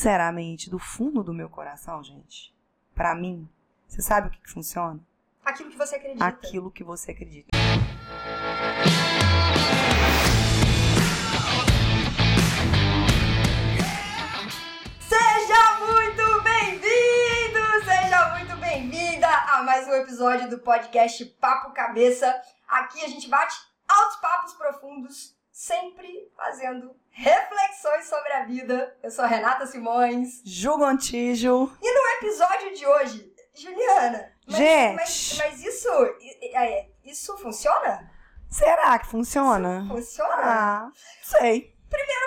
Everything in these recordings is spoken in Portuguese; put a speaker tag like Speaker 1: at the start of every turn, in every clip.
Speaker 1: sinceramente, do fundo do meu coração, gente, pra mim, você sabe o que, que funciona?
Speaker 2: Aquilo que você acredita.
Speaker 1: Aquilo que você acredita.
Speaker 2: Seja muito bem-vindo, seja muito bem-vinda a mais um episódio do podcast Papo Cabeça. Aqui a gente bate altos papos profundos, sempre fazendo reflexões sobre a vida. Eu sou a Renata Simões.
Speaker 1: Julgo antígio.
Speaker 2: No episódio de hoje, Juliana, mas,
Speaker 1: Gente.
Speaker 2: mas, mas isso, é, é, isso funciona?
Speaker 1: Será que funciona?
Speaker 2: Funciona?
Speaker 1: Ah, sei.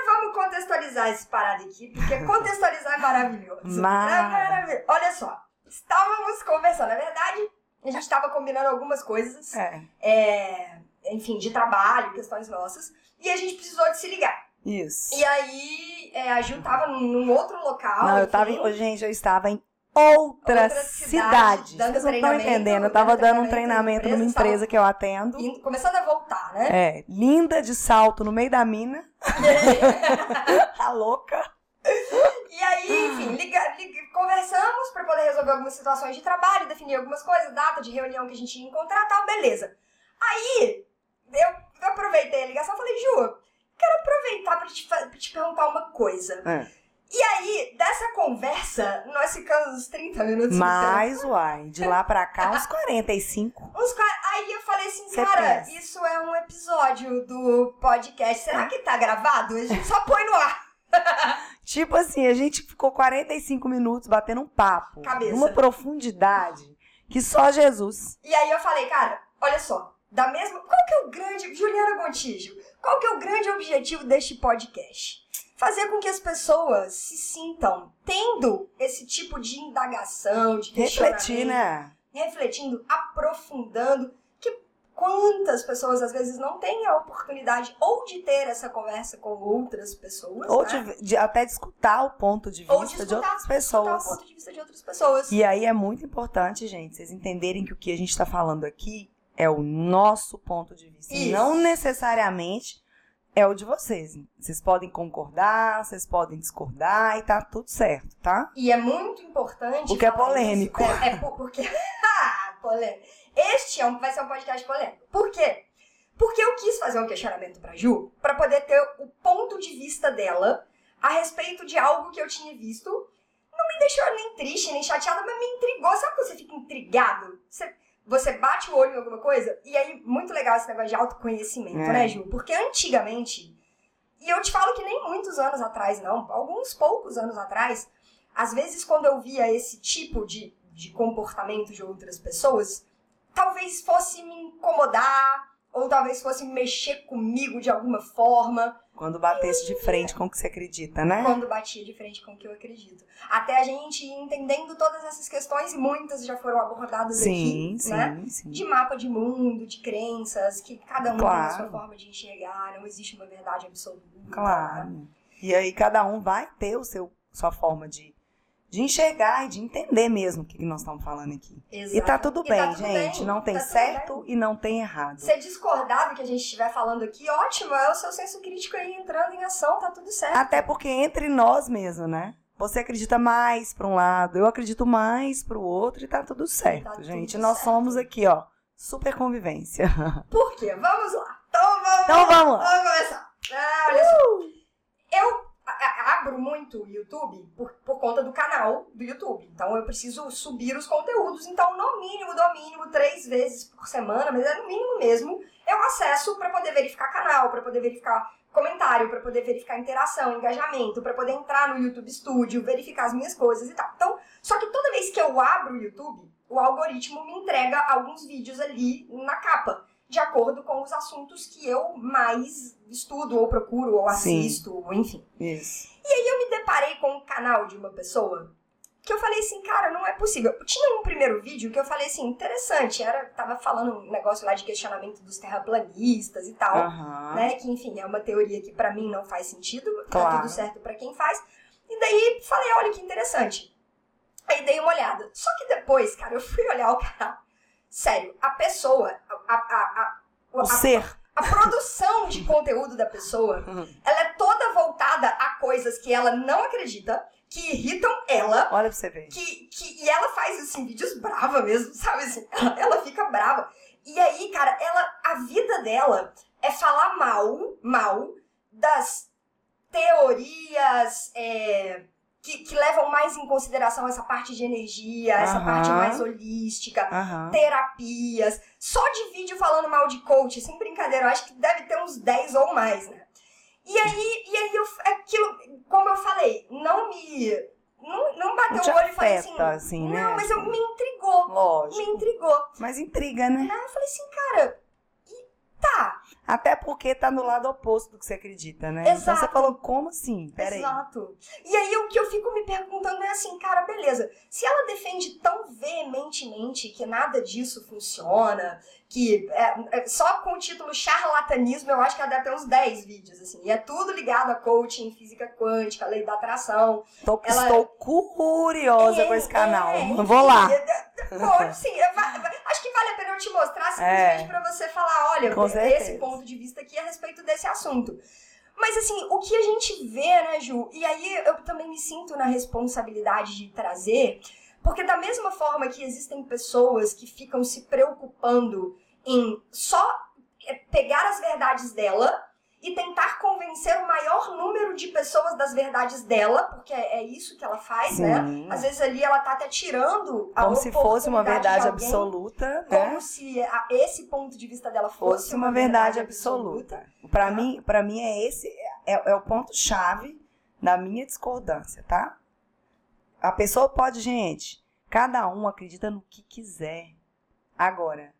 Speaker 2: Vamos contextualizar esse parado aqui, porque contextualizar é maravilhoso.
Speaker 1: Mas-
Speaker 2: É maravilhoso. Olha só, estávamos conversando, na verdade, a gente estava combinando algumas coisas,
Speaker 1: É,
Speaker 2: é, enfim, de trabalho, questões nossas, e a gente precisou de se ligar.
Speaker 1: isso.
Speaker 2: E aí, é, a Ju tava num, num outro local.
Speaker 1: Não, eu
Speaker 2: enfim,
Speaker 1: tava, em- ô, gente, eu estava em outra,
Speaker 2: Outra cidade,
Speaker 1: cidade.
Speaker 2: dando
Speaker 1: Vocês não estão
Speaker 2: treinamento,
Speaker 1: entendendo. Eu
Speaker 2: dando
Speaker 1: tava dando um
Speaker 2: treinamento
Speaker 1: treinamento
Speaker 2: em
Speaker 1: numa
Speaker 2: empresa,
Speaker 1: empresa que eu atendo.
Speaker 2: indo- começando a voltar, né?
Speaker 1: É, linda de salto no meio da mina. tá louca?
Speaker 2: E aí,
Speaker 1: Ah.
Speaker 2: enfim, liga- liga- conversamos pra poder resolver algumas situações de trabalho, definir algumas coisas, data de reunião que a gente ia encontrar tal, beleza. Aí, eu aproveitei a ligação e falei, Ju, quero aproveitar pra te, fa- pra te perguntar uma coisa.
Speaker 1: É.
Speaker 2: E aí, dessa conversa, nós ficamos uns 30 minutos.
Speaker 1: Mas, uai, de lá pra cá, uns 45.
Speaker 2: Uns qua- Aí eu falei assim,
Speaker 1: Cê
Speaker 2: cara,
Speaker 1: pensa.
Speaker 2: isso é um episódio do podcast.
Speaker 1: É.
Speaker 2: Será que tá gravado? A gente só põe no ar.
Speaker 1: Tipo assim, a gente ficou 45 minutos batendo um papo.
Speaker 2: Cabeça.
Speaker 1: Numa profundidade que só Jesus.
Speaker 2: E aí eu falei, cara, olha só, da mesma. Qual que é o grande. Juliana Gontijo, qual que é o grande objetivo deste podcast? Fazer com que as pessoas se sintam tendo esse tipo de indagação, de
Speaker 1: Refletir,
Speaker 2: questionamento,
Speaker 1: né?
Speaker 2: refletindo, aprofundando, que quantas pessoas às vezes não têm a oportunidade ou de ter essa conversa com outras pessoas,
Speaker 1: Ou
Speaker 2: né?
Speaker 1: de- de- até de escutar o ponto de vista
Speaker 2: ou de escutar,
Speaker 1: outras
Speaker 2: escutar
Speaker 1: pessoas.
Speaker 2: o ponto de vista de outras pessoas.
Speaker 1: E aí é muito importante, gente, vocês entenderem que o que a gente está falando aqui é o nosso ponto de vista.
Speaker 2: Isso.
Speaker 1: Não necessariamente é o de vocês. Vocês podem concordar, vocês podem discordar e tá tudo certo, tá?
Speaker 2: E é muito importante.
Speaker 1: Porque é
Speaker 2: falar
Speaker 1: polêmico.
Speaker 2: isso. É, é po- porque. Ah, polêmico. Este é um- vai ser um podcast polêmico. Por quê? Porque eu quis fazer um questionamento pra Ju, pra poder ter o ponto de vista dela a respeito de algo que eu tinha visto. Não me deixou nem triste, nem chateada, mas me intrigou. Sabe quando você fica intrigado? Você, você bate o olho em alguma coisa? E aí, muito legal esse negócio de autoconhecimento,
Speaker 1: É.
Speaker 2: né, Ju? Porque antigamente, e eu te falo que nem muitos anos atrás, não, alguns poucos anos atrás, às vezes, quando eu via esse tipo de, de comportamento de outras pessoas, talvez fosse me incomodar, ou talvez fosse mexer comigo de alguma forma,
Speaker 1: Quando batesse de frente com o que você acredita, né?
Speaker 2: quando batia de frente com o que eu acredito. Até a gente ir entendendo todas essas questões, e muitas já foram abordadas
Speaker 1: Sim,
Speaker 2: aqui,
Speaker 1: sim,
Speaker 2: né?
Speaker 1: sim.
Speaker 2: De mapa de mundo, de crenças, que cada um tem a
Speaker 1: Claro.
Speaker 2: sua forma de enxergar, não existe uma verdade absoluta.
Speaker 1: Claro. E aí cada um vai ter o seu sua forma de de enxergar e de entender mesmo o que que nós estamos falando aqui.
Speaker 2: Exato.
Speaker 1: E tá tudo
Speaker 2: E
Speaker 1: bem,
Speaker 2: tá tudo
Speaker 1: gente.
Speaker 2: bem,
Speaker 1: Não tem
Speaker 2: tá tudo
Speaker 1: certo e não tem errado.
Speaker 2: Você discordar do que a gente estiver falando aqui, ótimo, é o seu senso crítico aí entrando em ação, tá tudo certo.
Speaker 1: Até porque entre nós mesmo, né? Você acredita mais pra um lado, eu acredito mais pro outro e tá tudo certo,
Speaker 2: tudo
Speaker 1: gente. Nós
Speaker 2: certo.
Speaker 1: somos aqui, ó, super convivência.
Speaker 2: Por quê? Vamos lá. Então vamos,
Speaker 1: Então vamos lá. Uh!
Speaker 2: vamos começar. Ah, olha só. Eu a- a- abro muito o YouTube por, por conta do canal do YouTube. Então eu preciso subir os conteúdos. Então, no mínimo, no mínimo, três vezes por semana, mas é no mínimo mesmo, eu acesso pra poder verificar canal, pra poder verificar comentário, pra poder verificar interação, engajamento, pra poder entrar no YouTube Studio, verificar as minhas coisas e tal. Então, Só que toda vez que eu abro o YouTube, o algoritmo me entrega alguns vídeos ali na capa, de acordo com os assuntos que eu mais estudo, ou procuro, ou
Speaker 1: Sim.
Speaker 2: assisto, ou enfim.
Speaker 1: Isso.
Speaker 2: Eu me deparei com um canal de uma pessoa que eu falei assim, cara, não é possível. Tinha um primeiro vídeo que eu falei assim, interessante, era tava falando um negócio lá de questionamento dos terraplanistas e tal
Speaker 1: Aham.
Speaker 2: né? Que enfim, é uma teoria que pra mim não faz sentido, tá
Speaker 1: Claro.
Speaker 2: tudo certo pra quem faz. E daí falei, olha que interessante. Aí dei uma olhada. Só que depois, cara, eu fui olhar o canal. Sério, a pessoa, a, a, a, a,
Speaker 1: O
Speaker 2: a-
Speaker 1: ser.
Speaker 2: a produção de conteúdo da pessoa, ela é toda voltada a coisas que ela não acredita, que irritam ela.
Speaker 1: Olha pra você ver.
Speaker 2: Que, que, e ela faz, assim, vídeos brava mesmo, sabe? Assim, ela, ela fica brava. E aí, cara, ela, a vida dela é falar mal, mal, das teorias é, que, que levam mais em consideração essa parte de energia, essa
Speaker 1: Aham.
Speaker 2: parte mais holística,
Speaker 1: Aham.
Speaker 2: terapias, só de vídeo falando mal de coach, sem brincadeira, eu acho que deve ter uns 10 ou mais, né? E aí, e aí eu, aquilo, como eu falei, não me. Não, não bateu
Speaker 1: Não te
Speaker 2: o olho e falei assim.
Speaker 1: afeta, assim, né?
Speaker 2: Não, mas eu, me intrigou. Me
Speaker 1: Lógico.
Speaker 2: intrigou.
Speaker 1: Mas intriga, né?
Speaker 2: Aí eu falei assim, cara, e tá.
Speaker 1: Até porque tá no lado oposto do que você acredita, né? Então você
Speaker 2: Exato.
Speaker 1: falou, como assim? Peraí.
Speaker 2: Exato. E aí o que eu fico me perguntando é assim, cara, beleza. Se ela defende tão veementemente que nada disso funciona, que é, é, só com o título charlatanismo eu acho que ela deve ter uns 10 vídeos, assim. E é tudo ligado a coaching, física quântica, lei da atração.
Speaker 1: Tô-
Speaker 2: Ela-
Speaker 1: Estou curiosa
Speaker 2: É,
Speaker 1: com esse canal.
Speaker 2: é,
Speaker 1: Vou lá.
Speaker 2: enfim, é, é, Bom, sim, é, va- va- acho que vale a pena eu te mostrar simplesmente
Speaker 1: É.
Speaker 2: pra você falar, olha,
Speaker 1: Com
Speaker 2: esse
Speaker 1: certeza.
Speaker 2: ponto de vista aqui a respeito desse assunto. Mas assim, o que a gente vê, né, Ju? E aí eu também me sinto na responsabilidade de trazer, porque da mesma forma que existem pessoas que ficam se preocupando em só é, pegar as verdades dela e tentar convencer o maior número de pessoas das verdades dela, porque é é isso que ela faz, né?
Speaker 1: Sim.
Speaker 2: Às vezes ali ela tá até tirando a
Speaker 1: Como se fosse uma
Speaker 2: oportunidade de
Speaker 1: verdade
Speaker 2: alguém,
Speaker 1: absoluta, né?
Speaker 2: Como se a- esse ponto de vista dela fosse,
Speaker 1: fosse uma verdade absoluta.
Speaker 2: tá?
Speaker 1: Para mim, para mim é esse é, é o ponto chave na minha discordância, tá? A pessoa pode, gente, cada um acredita no que quiser. Agora,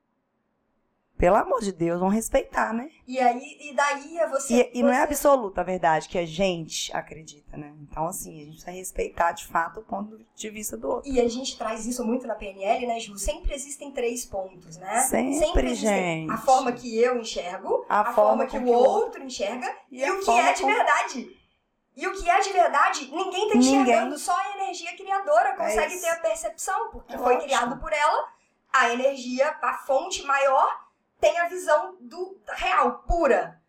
Speaker 1: pelo amor de Deus, vamos respeitar, né?
Speaker 2: E aí, e daí é você.
Speaker 1: E, e não é
Speaker 2: você-
Speaker 1: absoluta a verdade que a gente acredita, né? Então, assim, a gente precisa respeitar de fato o ponto de vista do outro.
Speaker 2: E a gente traz isso muito na PNL, né, Ju? Sempre existem três pontos, né?
Speaker 1: Sempre,
Speaker 2: existem
Speaker 1: gente.
Speaker 2: a forma que eu enxergo,
Speaker 1: A,
Speaker 2: a, forma, que
Speaker 1: com
Speaker 2: o outro enxerga E,
Speaker 1: a
Speaker 2: o que
Speaker 1: forma
Speaker 2: é de
Speaker 1: com-
Speaker 2: verdade? E o que é de verdade, ninguém tá enxergando,
Speaker 1: Ninguém. É
Speaker 2: só a energia criadora consegue
Speaker 1: isso.
Speaker 2: ter a percepção, porque
Speaker 1: É
Speaker 2: foi
Speaker 1: lógico.
Speaker 2: criado por ela, a energia, a fonte maior, tem a visão do real, pura.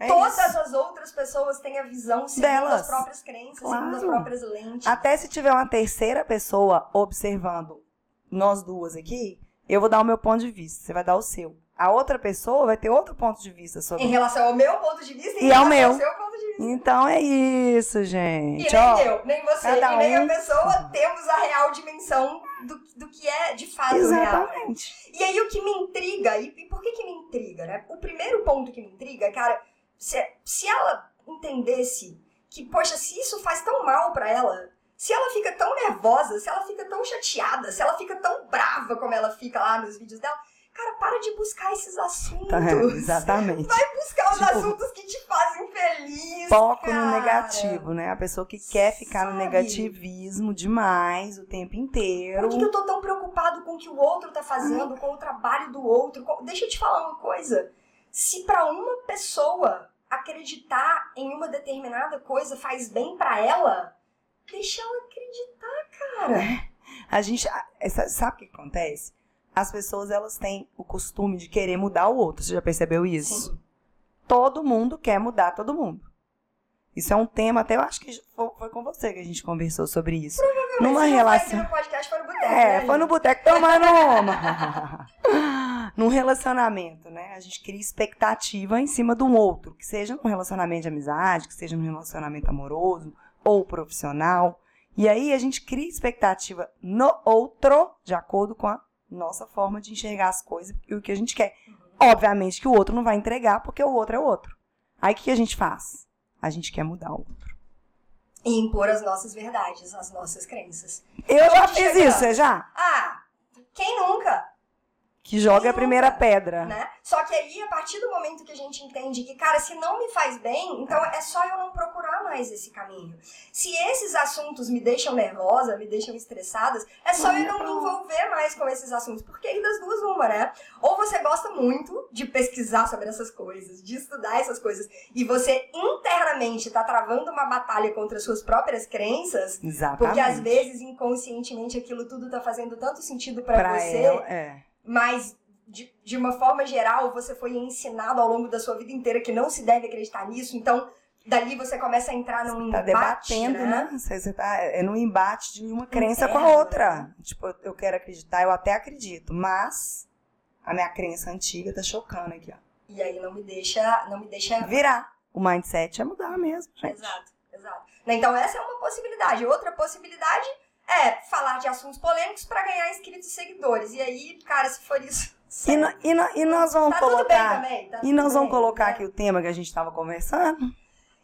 Speaker 1: é
Speaker 2: Todas
Speaker 1: isso.
Speaker 2: as outras pessoas têm a visão segundo
Speaker 1: Delas.
Speaker 2: as próprias crenças, segundo as
Speaker 1: Claro.
Speaker 2: próprias lentes.
Speaker 1: Até se tiver uma terceira pessoa observando nós duas aqui, eu vou dar o meu ponto de vista, você vai dar o seu. A outra pessoa vai ter outro ponto de vista
Speaker 2: Em
Speaker 1: sobre.
Speaker 2: relação ao meu ponto de vista em
Speaker 1: E ao
Speaker 2: relação
Speaker 1: meu.
Speaker 2: seu ponto de vista.
Speaker 1: Então é isso,
Speaker 2: E
Speaker 1: gente.
Speaker 2: nem
Speaker 1: Ó,
Speaker 2: eu, nem você,
Speaker 1: cada
Speaker 2: e nem
Speaker 1: um-
Speaker 2: a pessoa temos a real dimensão do, do que é de fato real.
Speaker 1: exatamente.
Speaker 2: E aí o que me intriga, e, e por que que me intriga, né? O primeiro ponto que me intriga, cara, se, se ela entendesse que, poxa, se isso faz tão mal pra ela, se ela fica tão nervosa, se ela fica tão chateada, se ela fica tão brava como ela fica lá nos vídeos dela, cara, para de buscar esses assuntos.
Speaker 1: Tá, exatamente.
Speaker 2: Buscar os
Speaker 1: Tipo,
Speaker 2: assuntos que te fazem feliz.
Speaker 1: Foco no
Speaker 2: cara.
Speaker 1: negativo, né? A pessoa que quer ficar no
Speaker 2: Sabe?
Speaker 1: negativismo demais o tempo inteiro.
Speaker 2: Por que, que eu tô tão preocupado com o que o outro tá
Speaker 1: Hum.
Speaker 2: fazendo, com o trabalho do outro? Com- Deixa eu te falar uma coisa. Se pra uma pessoa acreditar em uma determinada coisa faz bem pra ela, deixa ela acreditar, cara.
Speaker 1: A gente. a- essa- Sabe o que acontece? As pessoas elas têm o costume de querer mudar o outro. Você já percebeu isso?
Speaker 2: Sim.
Speaker 1: todo mundo quer mudar todo mundo. Isso é um tema, até eu acho que foi, foi com você que a gente conversou sobre isso. Numa
Speaker 2: Mas se não foi aqui
Speaker 1: relação.
Speaker 2: No podcast foi no boteco,
Speaker 1: É,
Speaker 2: né,
Speaker 1: foi no
Speaker 2: gente?
Speaker 1: boteco tomando uma. Num relacionamento, né? A gente cria expectativa em cima de um outro, que seja num relacionamento de amizade, que seja num relacionamento amoroso ou profissional. E aí a gente cria expectativa no outro, de acordo com a nossa forma de enxergar as coisas e o que a gente quer.
Speaker 2: Uhum.
Speaker 1: Obviamente que o outro não vai entregar, porque o outro é o outro. Aí o que a gente faz? A gente quer mudar o outro.
Speaker 2: E impor as nossas verdades, as nossas crenças.
Speaker 1: Eu já fiz
Speaker 2: chega-
Speaker 1: isso, você já?
Speaker 2: Ah, quem nunca?
Speaker 1: Que joga a
Speaker 2: Nunca.
Speaker 1: primeira pedra.
Speaker 2: né? Só que aí, a partir do momento que a gente entende que, cara, se não me faz bem, então é só eu não procurar mais esse caminho. Se esses assuntos me deixam nervosa, me deixam estressadas, é só eu não me
Speaker 1: Uhum.
Speaker 2: envolver mais com esses assuntos. Porque aí das duas, uma, né? Ou você gosta muito de pesquisar sobre essas coisas, de estudar essas coisas, e você internamente tá travando uma batalha contra as suas próprias crenças,
Speaker 1: Exatamente.
Speaker 2: porque às vezes inconscientemente aquilo tudo tá fazendo tanto sentido pra,
Speaker 1: Pra
Speaker 2: você
Speaker 1: ela, é.
Speaker 2: mas de, de uma forma geral você foi ensinado ao longo da sua vida inteira que não se deve acreditar nisso, então Dali você começa a entrar num
Speaker 1: Você tá
Speaker 2: um embate,
Speaker 1: debatendo,
Speaker 2: né?
Speaker 1: né? Você, você tá, é num embate de uma crença com a outra. Tipo, eu- eu quero acreditar, eu até acredito, mas a minha crença antiga tá chocando aqui, ó.
Speaker 2: E aí não me deixa, não me deixa
Speaker 1: Virar. O mindset é mudar mesmo, gente.
Speaker 2: Exato, exato. Né, Então essa é uma possibilidade. Outra possibilidade é falar de assuntos polêmicos pra ganhar inscritos e seguidores. E aí, cara, se for isso,
Speaker 1: E, no- e no- e nós vamos
Speaker 2: tá tudo bem
Speaker 1: colocar.
Speaker 2: também. tá
Speaker 1: E
Speaker 2: tudo
Speaker 1: nós vamos
Speaker 2: bem,
Speaker 1: colocar
Speaker 2: né?
Speaker 1: aqui o tema que a gente tava conversando.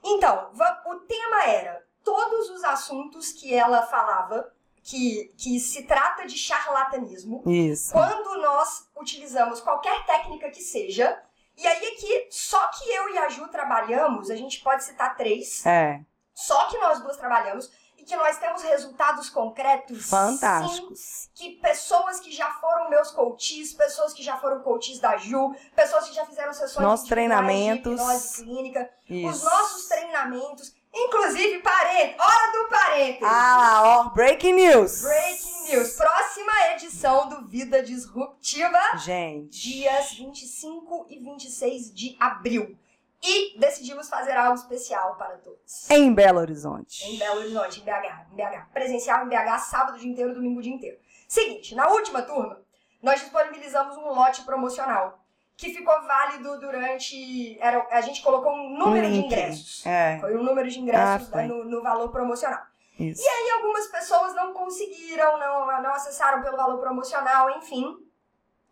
Speaker 2: Então, va- o tema era todos os assuntos que ela falava que, que se trata de charlatanismo.
Speaker 1: Isso.
Speaker 2: Quando nós utilizamos qualquer técnica que seja, e aí aqui, só que eu e a Ju trabalhamos, a gente pode citar três,
Speaker 1: É,
Speaker 2: Só que nós duas trabalhamos e que nós temos resultados concretos. Sim,
Speaker 1: fantásticos.
Speaker 2: que pessoas que já foram meus coaches, pessoas que já foram coaches da Ju, pessoas que já fizeram sessões
Speaker 1: Nossos
Speaker 2: individuais
Speaker 1: treinamentos.
Speaker 2: de hipnose clínica, os
Speaker 1: Isso.
Speaker 2: nossos treinamentos, inclusive parênteses, hora do parênteses.
Speaker 1: Ah lá, ó, breaking news.
Speaker 2: Breaking news, próxima edição do Vida Disruptiva
Speaker 1: Gente,
Speaker 2: dias 25 e 26 de abril. E decidimos fazer algo especial para todos.
Speaker 1: em Belo Horizonte.
Speaker 2: Em Belo Horizonte, em BH, em BH. Presencial em BH, sábado o dia inteiro, domingo o dia inteiro. Seguinte, na última turma, nós disponibilizamos um lote promocional que ficou válido durante. Era, a gente colocou um número de
Speaker 1: link.
Speaker 2: ingressos.
Speaker 1: É,
Speaker 2: Foi um número de ingressos
Speaker 1: Ah, foi.
Speaker 2: no, no valor promocional.
Speaker 1: isso.
Speaker 2: E algumas pessoas não conseguiram, não, não acessaram pelo valor promocional, enfim.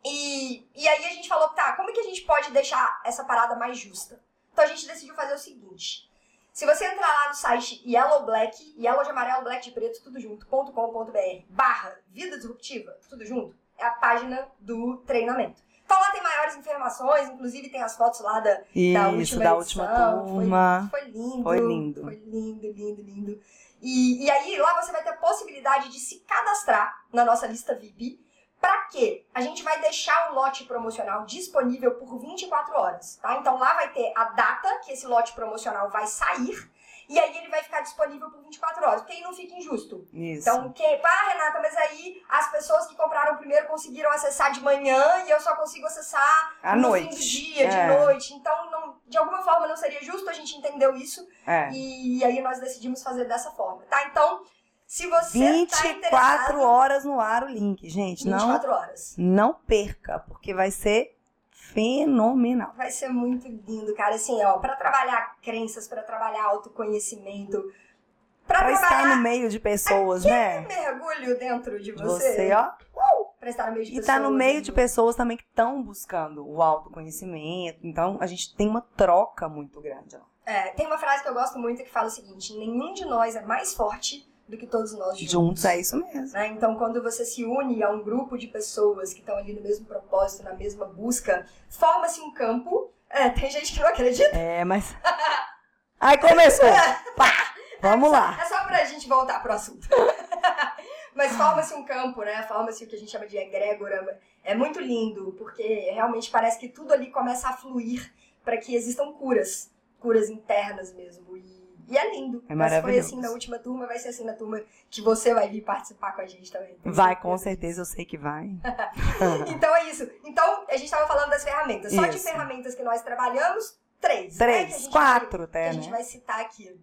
Speaker 2: E, e aí a gente falou, tá, como é que a gente pode deixar essa parada mais justa? Então a gente decidiu fazer o seguinte. Se você entrar lá no site Yellow Black, Yellow de amarelo, Black de preto, tudo junto, ponto com, ponto br, barra Vida Disruptiva, tudo junto, é a página do treinamento. Então lá tem maiores informações, inclusive tem as fotos lá da, da última
Speaker 1: Isso, da última
Speaker 2: edição, foi-
Speaker 1: turma.
Speaker 2: foi lindo.
Speaker 1: Foi lindo.
Speaker 2: Foi lindo, lindo, lindo. E, e aí lá você vai ter a possibilidade de se cadastrar na nossa lista VIP. Pra quê? A gente vai deixar o lote promocional disponível por 24 horas, tá? Então lá vai ter a data que esse lote promocional vai sair. E aí ele vai ficar disponível por 24 horas, porque aí não fica injusto.
Speaker 1: Isso.
Speaker 2: Então, quem... Ah, Renata, mas aí as pessoas que compraram primeiro conseguiram acessar de manhã e eu só consigo acessar
Speaker 1: à
Speaker 2: no
Speaker 1: noite.
Speaker 2: fim do dia,
Speaker 1: É,
Speaker 2: de noite. Então, não- de alguma forma, não seria justo, a gente entendeu isso.
Speaker 1: É.
Speaker 2: E aí nós decidimos fazer dessa forma, tá? Então, se você tá
Speaker 1: 24
Speaker 2: interessado...
Speaker 1: horas no ar o link, gente. Não,
Speaker 2: 24 horas.
Speaker 1: não perca, porque vai ser fenomenal.
Speaker 2: Vai ser muito lindo, cara. Assim, ó, pra trabalhar crenças, pra trabalhar autoconhecimento, pra
Speaker 1: Pra estar
Speaker 2: trabalhar
Speaker 1: no meio de pessoas, né?
Speaker 2: mergulho dentro de
Speaker 1: De
Speaker 2: você.
Speaker 1: você, ó.
Speaker 2: Pra estar no meio de
Speaker 1: E tá no
Speaker 2: pessoas,
Speaker 1: meio de
Speaker 2: né?
Speaker 1: pessoas também que estão buscando o autoconhecimento. Então, a gente tem uma troca muito grande lá.
Speaker 2: É, tem uma frase que eu gosto muito que fala o seguinte: nenhum de nós é mais forte do que todos nós
Speaker 1: Juntos é isso mesmo.
Speaker 2: né? Então, quando você se une a um grupo de pessoas que estão ali no mesmo propósito, na mesma busca, forma-se um campo. É, tem gente que não acredita.
Speaker 1: É, mas. Aí começou! Pá! Vamos lá!
Speaker 2: É só pra gente voltar pro assunto. Mas forma-se um campo, né? Forma-se o que a gente chama de egrégora. É muito lindo, porque realmente parece que tudo ali começa a fluir para que existam curas, curas internas mesmo. E, e é lindo.
Speaker 1: É
Speaker 2: Mas foi
Speaker 1: maravilhoso.
Speaker 2: assim na última turma, vai ser assim na turma que você vai vir participar com a gente também. Tenho
Speaker 1: Vai, com certeza, eu sei que vai.
Speaker 2: Então é isso. Então, a gente estava falando das ferramentas. Só de
Speaker 1: Isso.
Speaker 2: ferramentas que nós trabalhamos, três. né, que a
Speaker 1: Três,
Speaker 2: gente
Speaker 1: quatro
Speaker 2: vai- Que
Speaker 1: até,
Speaker 2: a gente
Speaker 1: né?
Speaker 2: vai citar aqui.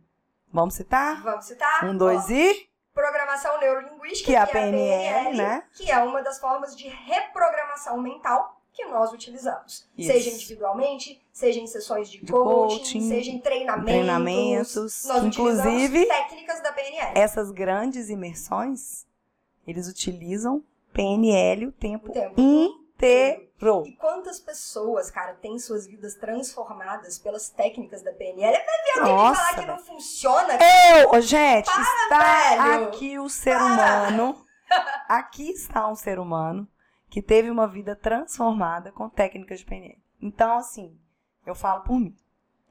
Speaker 1: Vamos citar?
Speaker 2: Vamos citar.
Speaker 1: Um, dois
Speaker 2: ó,
Speaker 1: e.
Speaker 2: Programação neurolinguística,
Speaker 1: Que é a PNL, né?
Speaker 2: que é uma das formas de reprogramação mental que nós utilizamos.
Speaker 1: Isso.
Speaker 2: Seja individualmente, seja em sessões de,
Speaker 1: De
Speaker 2: coaching,
Speaker 1: coaching,
Speaker 2: seja em treinamentos.
Speaker 1: treinamentos.
Speaker 2: Nós
Speaker 1: Inclusive, é
Speaker 2: utilizamos técnicas da PNL.
Speaker 1: essas grandes imersões, eles utilizam PNL o tempo,
Speaker 2: O tempo.
Speaker 1: um inteiro.
Speaker 2: E quantas pessoas, cara, têm suas vidas transformadas pelas técnicas da PNL? É bebê, alguém me
Speaker 1: Nossa, né? É.
Speaker 2: falar que não funciona,
Speaker 1: Eu, ô, gente, está
Speaker 2: velho!
Speaker 1: aqui o ser humano. Aqui está um ser humano que teve uma vida transformada com técnicas de PNL. Então, assim, eu falo por mim.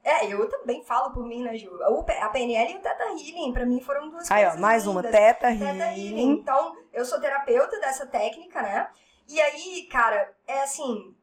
Speaker 2: É, eu também falo por mim, né, Ju? O P- A PNL e o Teta Healing, pra mim, foram duas
Speaker 1: Aí, ó,
Speaker 2: coisas
Speaker 1: mais uma,
Speaker 2: lindas.
Speaker 1: Teta
Speaker 2: Teta Healing.
Speaker 1: Healing.
Speaker 2: Então, eu sou terapeuta dessa técnica, né? E aí, cara, é assim...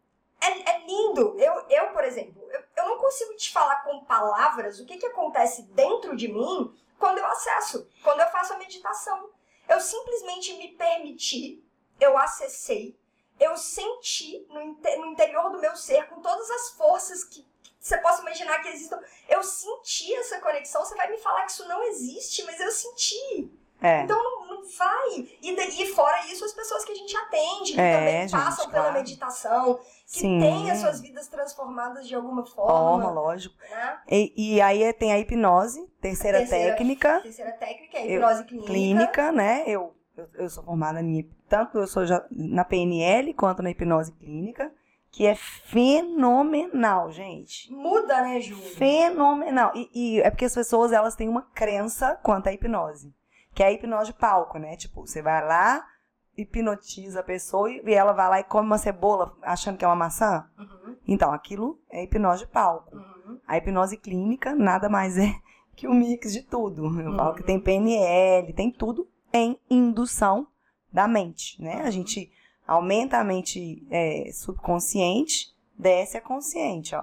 Speaker 2: É, é lindo. Eu, eu, por exemplo, eu, eu não consigo te falar com palavras o que, que acontece dentro de mim quando eu acesso, quando eu faço a meditação. Eu simplesmente me permiti, eu acessei, eu senti no, inte- no interior do meu ser, com todas as forças que você possa imaginar que existam. Eu senti essa conexão, você vai me falar que isso não existe, mas eu senti.
Speaker 1: É.
Speaker 2: Então não, não vai. E daí, fora isso, as pessoas que a gente atende, que
Speaker 1: É,
Speaker 2: também
Speaker 1: gente,
Speaker 2: passam pela
Speaker 1: claro.
Speaker 2: meditação, que
Speaker 1: Sim.
Speaker 2: têm as suas vidas transformadas de alguma
Speaker 1: Forma,
Speaker 2: forma.
Speaker 1: lógico.
Speaker 2: né?
Speaker 1: E, e aí é- tem a hipnose, terceira,
Speaker 2: Terceira.
Speaker 1: técnica,
Speaker 2: Terceira técnica é a
Speaker 1: Eu-
Speaker 2: hipnose clínica.
Speaker 1: clínica, né? Eu, eu, eu sou formada em hip- tanto eu sou já na PNL quanto na hipnose clínica, que é fenomenal, gente.
Speaker 2: Muda, né, Ju?
Speaker 1: Fenomenal. E, e é porque as pessoas elas têm uma crença quanto à hipnose, que é a hipnose de palco, né? Tipo, você vai lá, hipnotiza a pessoa e ela vai lá e come uma cebola achando que é uma maçã.
Speaker 2: Uhum,
Speaker 1: Então, aquilo é hipnose de palco.
Speaker 2: uhum.
Speaker 1: A hipnose clínica nada mais é que um mix de tudo. Eu
Speaker 2: Uhum.
Speaker 1: falo que tem PNL, tem tudo em indução da mente, né? A gente aumenta a mente é, subconsciente, desce a consciente, ó.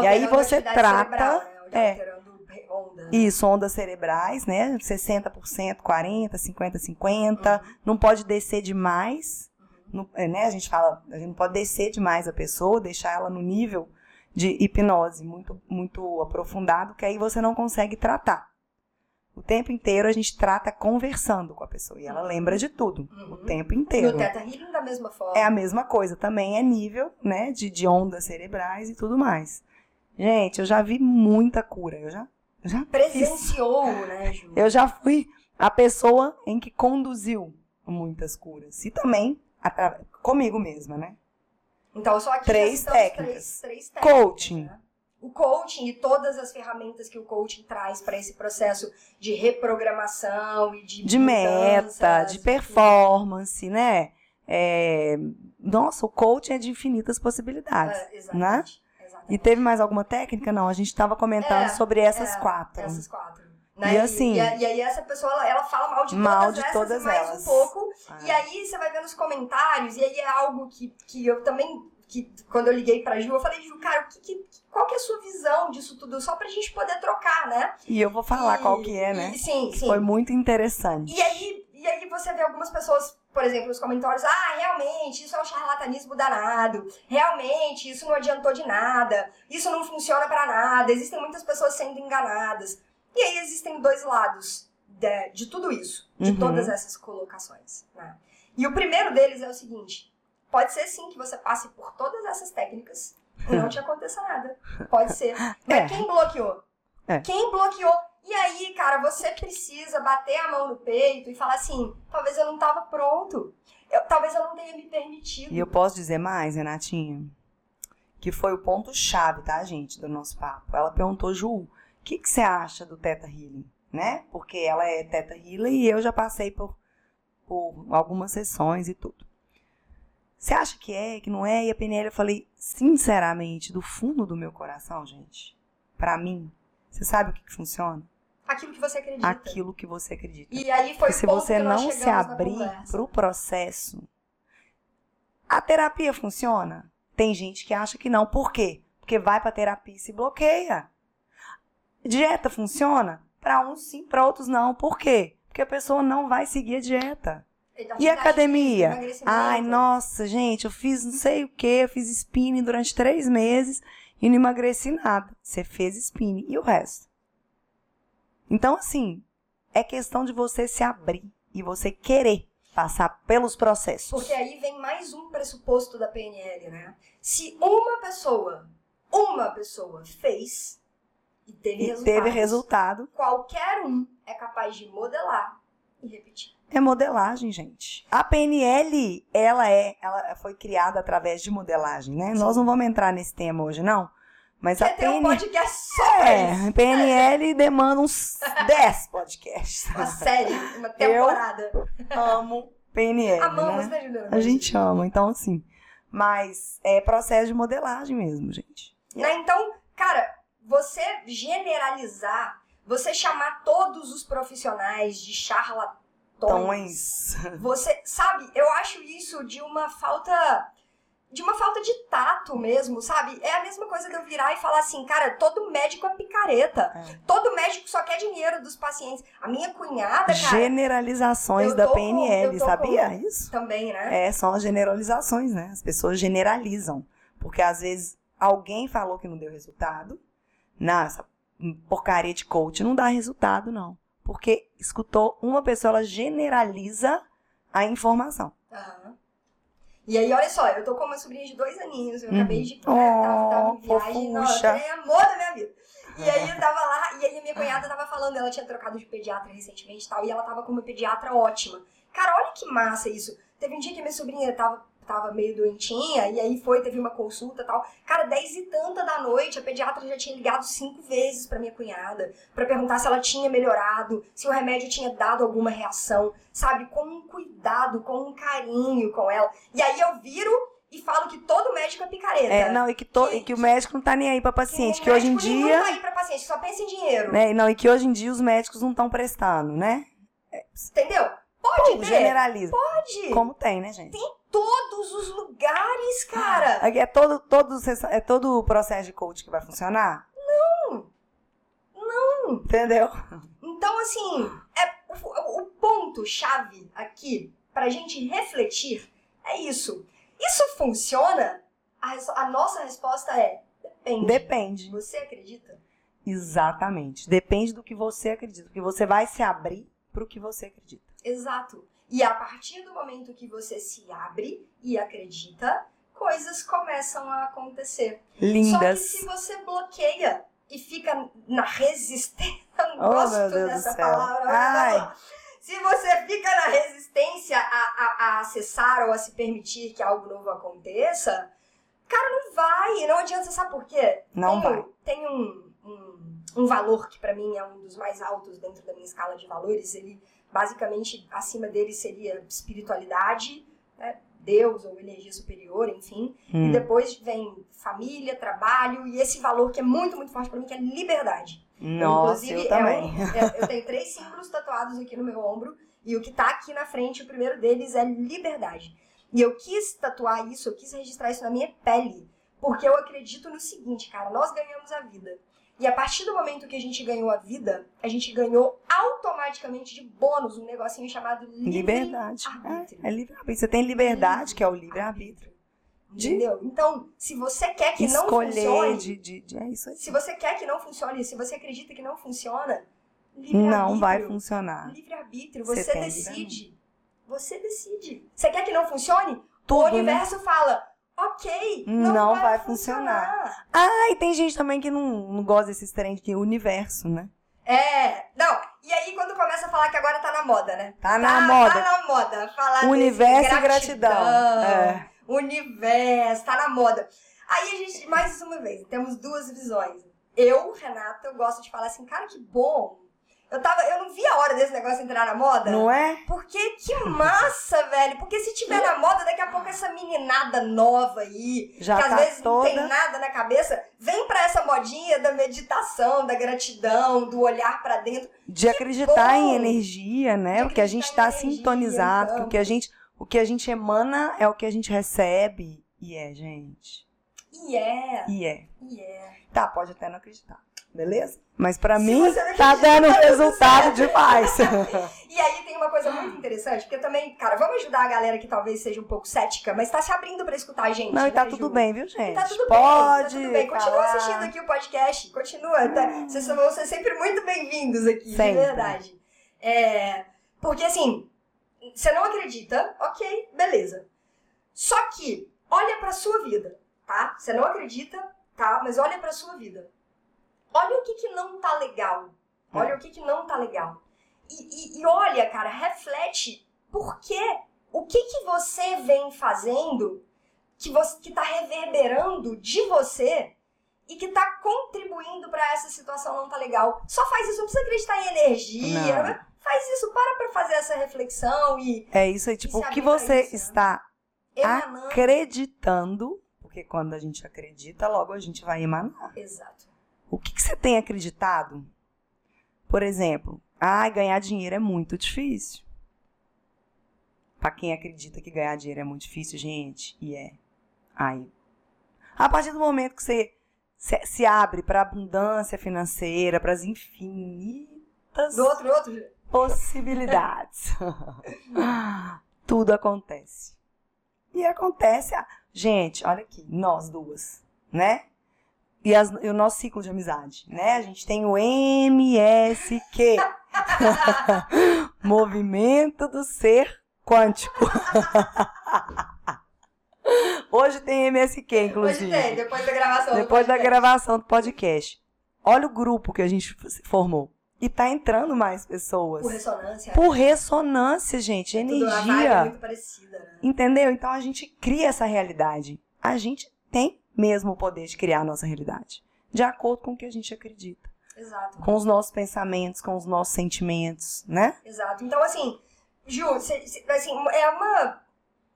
Speaker 1: E aí
Speaker 2: Alterando a
Speaker 1: você
Speaker 2: atividade
Speaker 1: trata-
Speaker 2: cerebral, né?
Speaker 1: é.
Speaker 2: Alterando onda.
Speaker 1: Isso, ondas cerebrais, né? 60%, 40%, 50%, 50%.
Speaker 2: Uhum,
Speaker 1: Não pode descer demais,
Speaker 2: uhum.
Speaker 1: não- é, né? A gente fala, a gente não pode descer demais a pessoa, deixar ela no nível de hipnose muito, muito aprofundado, que aí você não consegue tratar. O tempo inteiro a gente trata conversando com a pessoa e ela lembra de tudo, o
Speaker 2: Uhum.
Speaker 1: tempo
Speaker 2: No
Speaker 1: inteiro.
Speaker 2: Teta Healing da mesma forma.
Speaker 1: É a mesma coisa, também é nível, né, de, de ondas cerebrais e tudo mais. Gente, eu já vi muita cura, eu já, eu já
Speaker 2: Presenciou, né, Ju?
Speaker 1: eu já fui a pessoa em que conduziu muitas curas. E também atra- comigo mesma, né?
Speaker 2: Então, só aqui
Speaker 1: Três
Speaker 2: já citamos
Speaker 1: técnicas.
Speaker 2: Três, três técnicas,
Speaker 1: Coaching.
Speaker 2: né? O coaching e todas as ferramentas que o coaching traz para esse processo de reprogramação e de
Speaker 1: De
Speaker 2: mudanças, né?
Speaker 1: meta, de performance, né? É, Nossa, o coaching é de infinitas possibilidades.
Speaker 2: É, exatamente.
Speaker 1: né? E
Speaker 2: exatamente.
Speaker 1: teve mais alguma técnica? Não, a gente estava comentando
Speaker 2: É,
Speaker 1: sobre essas
Speaker 2: é,
Speaker 1: quatro.
Speaker 2: Essas quatro. né?
Speaker 1: E assim-
Speaker 2: e, a- e aí essa pessoa, ela, ela fala mal de
Speaker 1: Mal
Speaker 2: todas
Speaker 1: de
Speaker 2: essas
Speaker 1: todas
Speaker 2: e mais
Speaker 1: elas.
Speaker 2: um pouco.
Speaker 1: Ah,
Speaker 2: E aí você vai ver nos comentários, e aí é algo que, que eu também, que quando eu liguei pra Ju, eu falei, Ju, cara, o que, que- qual que é a sua visão disso tudo? Só pra gente poder trocar, né?
Speaker 1: E eu vou falar
Speaker 2: E-
Speaker 1: qual que é, né?
Speaker 2: e- sim,
Speaker 1: Que
Speaker 2: sim.
Speaker 1: Foi muito interessante.
Speaker 2: E aí, e aí você vê algumas pessoas, por exemplo, nos comentários, ah, realmente, isso é um charlatanismo danado, realmente, isso não adiantou de nada, isso não funciona pra nada, existem muitas pessoas sendo enganadas. E aí existem dois lados de, de tudo isso, de
Speaker 1: Uhum.
Speaker 2: todas essas colocações. né? E o primeiro deles é o seguinte, pode ser sim que você passe por todas essas técnicas e não te aconteça nada, pode ser. Mas
Speaker 1: É.
Speaker 2: quem bloqueou? Quem bloqueou? E aí, cara, você precisa bater a mão no peito e falar assim: talvez eu não tava pronto. Eu- talvez eu não tenha me permitido.
Speaker 1: E eu posso dizer mais, Renatinha? Que foi o ponto-chave, tá, gente, do nosso papo. Ela perguntou, Ju, o que, que você acha do Teta Healing? Né? Porque ela é Teta Healing e eu já passei por, por algumas sessões e tudo. Você acha que é, que não é? E a Penélope, eu falei, sinceramente, do fundo do meu coração, gente, pra mim, você sabe o que, que funciona?
Speaker 2: Aquilo que você acredita.
Speaker 1: Aquilo que você acredita.
Speaker 2: E aí foi
Speaker 1: E
Speaker 2: o
Speaker 1: se
Speaker 2: ponto
Speaker 1: você
Speaker 2: que nós
Speaker 1: não se
Speaker 2: chegamos na
Speaker 1: abrir
Speaker 2: conversa.
Speaker 1: pro processo, a terapia funciona? Tem gente que acha que não. Por quê? Porque vai pra terapia e se bloqueia. Dieta funciona? Pra uns sim, pra outros não. Por quê? Porque a pessoa não vai seguir a dieta. E a
Speaker 2: Atividade
Speaker 1: academia?
Speaker 2: física,
Speaker 1: Ai,
Speaker 2: emagrecimento.
Speaker 1: nossa, gente, eu fiz não sei o que, eu fiz spinning durante três meses e não emagreci nada. Você fez spinning e o resto. Então, assim, é questão de você se abrir e você querer passar pelos processos.
Speaker 2: Porque é aí vem mais um pressuposto da PNL, né? Se uma pessoa, uma pessoa fez e teve
Speaker 1: e
Speaker 2: resultado,
Speaker 1: teve resultado,
Speaker 2: qualquer um é capaz de modelar e repetir.
Speaker 1: é modelagem, gente. A PNL, ela é, ela foi criada através de modelagem, né?
Speaker 2: Sim.
Speaker 1: Nós não vamos entrar nesse tema hoje, não. Mas a
Speaker 2: Quer ter um
Speaker 1: PNL,
Speaker 2: podcast só pra isso?
Speaker 1: é, PNL demanda uns 10 podcasts.
Speaker 2: Uma série, uma temporada.
Speaker 1: amo PNL.
Speaker 2: Amamos,
Speaker 1: né?
Speaker 2: né, Juliana?
Speaker 1: A gente ama, então assim. Mas é processo de modelagem mesmo, gente.
Speaker 2: Né? Então, cara, você generalizar, você chamar todos os profissionais de
Speaker 1: Então, é
Speaker 2: charlatões,
Speaker 1: Tons.
Speaker 2: você, sabe, eu acho isso de uma falta. De uma falta de tato mesmo, sabe? É a mesma coisa de eu virar e falar assim, cara, todo médico é picareta.
Speaker 1: É.
Speaker 2: Todo médico só quer dinheiro dos pacientes. A minha cunhada, cara,
Speaker 1: Generalizações
Speaker 2: eu
Speaker 1: da
Speaker 2: tô com-
Speaker 1: PNL,
Speaker 2: eu tô
Speaker 1: sabia
Speaker 2: com-
Speaker 1: isso?
Speaker 2: também, né?
Speaker 1: É, são as generalizações, né? As pessoas generalizam. Porque às vezes Alguém falou que não deu resultado. Não, essa porcaria de coach não dá resultado, não. Porque escutou uma pessoa, ela generaliza a informação.
Speaker 2: Aham. E aí, olha só, eu tô com uma sobrinha de dois aninhos, eu
Speaker 1: Uhum.
Speaker 2: acabei de
Speaker 1: Oh,
Speaker 2: tava, tava em viagem, não, eu
Speaker 1: fofucha.
Speaker 2: tenho amor da minha vida. E aí eu tava lá, e aí a minha cunhada tava falando, ela tinha trocado de pediatra recentemente e tal, e ela tava com uma pediatra ótima. Cara, olha que massa isso. Teve um dia que minha sobrinha tava, tava meio doentinha, e aí foi, teve uma consulta e tal. Cara, dez e tanta da noite, a pediatra já tinha ligado cinco vezes pra minha cunhada, pra perguntar se ela tinha melhorado, se o remédio tinha dado alguma reação, sabe? Com um cuidado, com um carinho com ela. E aí eu viro e falo que todo médico é picareta.
Speaker 1: É, não, e que, to-
Speaker 2: Que-
Speaker 1: e que o médico não tá nem aí pra paciente. Que, hoje em
Speaker 2: médico nenhum
Speaker 1: dia.
Speaker 2: tá aí pra paciente, só pensa em dinheiro.
Speaker 1: Né, não, e que hoje em dia os médicos não estão prestando, né?
Speaker 2: Entendeu? Pode ter,
Speaker 1: Generaliza.
Speaker 2: pode.
Speaker 1: Como tem, né, gente?
Speaker 2: Todos os lugares, cara.
Speaker 1: É todo, todo, é todo o processo de coach que vai funcionar?
Speaker 2: Não.
Speaker 1: Não. Entendeu?
Speaker 2: Então, assim, é o, o ponto-chave aqui pra gente refletir é isso. Isso funciona? A, res- a nossa resposta é depende.
Speaker 1: Depende.
Speaker 2: Você acredita?
Speaker 1: Exatamente. Depende do que você acredita. Porque você vai se abrir pro que você acredita.
Speaker 2: Exato. E a partir do momento que você se abre e acredita, coisas começam a acontecer. Só que
Speaker 1: Lindas.
Speaker 2: se você bloqueia e fica na resistência, eu não
Speaker 1: Oh,
Speaker 2: gosto
Speaker 1: meu Deus do
Speaker 2: dessa
Speaker 1: céu.
Speaker 2: palavra.
Speaker 1: Ai.
Speaker 2: mas Se você fica na resistência a, a- a acessar ou a se permitir que algo novo aconteça, cara, não vai. Não adianta, você sabe por quê?
Speaker 1: Não
Speaker 2: tem,
Speaker 1: vai.
Speaker 2: Tem um, um, um valor que pra mim é um dos mais altos dentro da minha escala de valores. Ele, basicamente, acima dele seria espiritualidade, né? Deus ou energia superior, enfim. E
Speaker 1: Hum,
Speaker 2: depois vem família, trabalho e esse valor que é muito, muito forte pra mim, que é liberdade.
Speaker 1: Nossa, eu
Speaker 2: é um-
Speaker 1: também.
Speaker 2: é- eu tenho três símbolos tatuados aqui no meu ombro e o que tá aqui na frente, o primeiro deles é liberdade. E eu quis tatuar isso, eu quis registrar isso na minha pele, porque eu acredito no seguinte, cara, nós ganhamos a vida. E a partir do momento que a gente ganhou a vida, a gente ganhou automaticamente de bônus um negocinho chamado
Speaker 1: Liberdade.
Speaker 2: liberdade. arbítrio.
Speaker 1: É, é livre-arbítrio. Você tem liberdade, que é o livre-arbítrio. De-
Speaker 2: Entendeu? Então, se você quer que não
Speaker 1: Escolher,
Speaker 2: funcione,
Speaker 1: de, de, de- É isso aí.
Speaker 2: Se você quer que não funcione, se você acredita que não funciona, livre-arbítrio.
Speaker 1: Não vai funcionar.
Speaker 2: Livre-arbítrio,
Speaker 1: Tá. Você
Speaker 2: você,
Speaker 1: tem
Speaker 2: decide. Você decide. Você quer que não funcione? o
Speaker 1: Tudo, né?
Speaker 2: universo fala, ok, não,
Speaker 1: Não
Speaker 2: vai,
Speaker 1: vai funcionar. Ah, e tem gente também que não, não gosta desses trem de universo, né?
Speaker 2: É, não. E aí quando começa a falar que agora tá na moda, né?
Speaker 1: Tá na
Speaker 2: tá,
Speaker 1: moda.
Speaker 2: Tá na moda. Falar
Speaker 1: Universo
Speaker 2: desse
Speaker 1: e gratidão. É.
Speaker 2: Universo, tá na moda. Aí a gente, mais uma vez, temos duas visões. Eu, Renata, eu gosto de falar assim, cara, que bom. Eu, tava, eu não vi a hora desse negócio entrar na moda.
Speaker 1: Não é?
Speaker 2: Porque que massa, velho. Porque se tiver na moda, daqui a pouco essa meninada nova aí,
Speaker 1: Já tá
Speaker 2: que às vezes
Speaker 1: toda.
Speaker 2: não tem nada na cabeça, vem pra essa modinha da meditação, da gratidão, do olhar pra dentro.
Speaker 1: De acreditar em
Speaker 2: bom!
Speaker 1: energia, né?
Speaker 2: De
Speaker 1: O que a gente
Speaker 2: Tipo, acreditar
Speaker 1: está
Speaker 2: em energia,
Speaker 1: sintonizado, que
Speaker 2: então.
Speaker 1: o que a gente, o que a gente emana é o que a gente recebe. E é, gente.
Speaker 2: E é,
Speaker 1: E é.
Speaker 2: e é.
Speaker 1: Tá, pode até não acreditar. Beleza? Mas pra
Speaker 2: Se
Speaker 1: mim
Speaker 2: você não
Speaker 1: tá
Speaker 2: acredita,
Speaker 1: dando
Speaker 2: tá tudo Tá
Speaker 1: resultado demais.
Speaker 2: E aí tem uma coisa muito interessante, porque também, cara, vamos ajudar a galera que talvez seja um pouco cética, mas tá se abrindo pra escutar a gente.
Speaker 1: não, e tá
Speaker 2: né, Ju?
Speaker 1: tudo bem, viu, gente?
Speaker 2: Tá tudo
Speaker 1: pode.
Speaker 2: bem, tá tudo bem. Continua
Speaker 1: falar.
Speaker 2: assistindo aqui o podcast, continua. Tá? Vocês são- vão ser sempre muito bem-vindos aqui, de
Speaker 1: Sempre.
Speaker 2: verdade. É, porque assim, você não acredita, ok, beleza. Só que, olha pra sua vida, tá? Você não acredita, tá? Mas olha pra sua vida. Olha o que que não tá legal.
Speaker 1: É.
Speaker 2: Olha o que que não tá legal. E, e- e olha, cara, reflete por quê? O que que você vem fazendo que você que tá reverberando de você e que tá contribuindo pra essa situação não tá legal. Só faz isso, não precisa acreditar em energia.
Speaker 1: Não.
Speaker 2: né? Faz isso, para pra fazer essa reflexão e
Speaker 1: É isso aí, tipo,
Speaker 2: se
Speaker 1: o que
Speaker 2: abrir pra
Speaker 1: você
Speaker 2: isso, né?
Speaker 1: está Ah.
Speaker 2: emanando.
Speaker 1: acreditando, porque quando a gente acredita, logo a gente vai emanar.
Speaker 2: Exato.
Speaker 1: O que, que você tem acreditado? Por exemplo, ah, ganhar dinheiro é muito difícil. Pra quem acredita que ganhar dinheiro é muito difícil, gente, e é. Aí. A partir do momento que você se, se abre pra abundância financeira, pras infinitas
Speaker 2: Do outro, do outro.
Speaker 1: possibilidades, tudo acontece. E acontece. a- Gente, olha aqui, nós duas, né? e, as- e o nosso ciclo de amizade, né? A gente tem o MSQ. Movimento do Ser Quântico. Hoje tem MSQ, inclusive.
Speaker 2: Hoje tem, depois da gravação. do
Speaker 1: Depois da
Speaker 2: podcast.
Speaker 1: gravação do podcast. Olha o grupo que a gente f- formou. E tá entrando mais pessoas.
Speaker 2: Por ressonância.
Speaker 1: Por ressonância, gente.
Speaker 2: tudo, a vibe é
Speaker 1: Energia.
Speaker 2: muito parecida, né?
Speaker 1: Entendeu? Então a gente cria essa realidade. A gente tem mesmo o poder de criar a nossa realidade. De acordo com o que a gente acredita.
Speaker 2: Exato.
Speaker 1: Com os nossos pensamentos, com os nossos sentimentos, né?
Speaker 2: Exato. Então, assim, Ju, cê- cê- assim, é uma,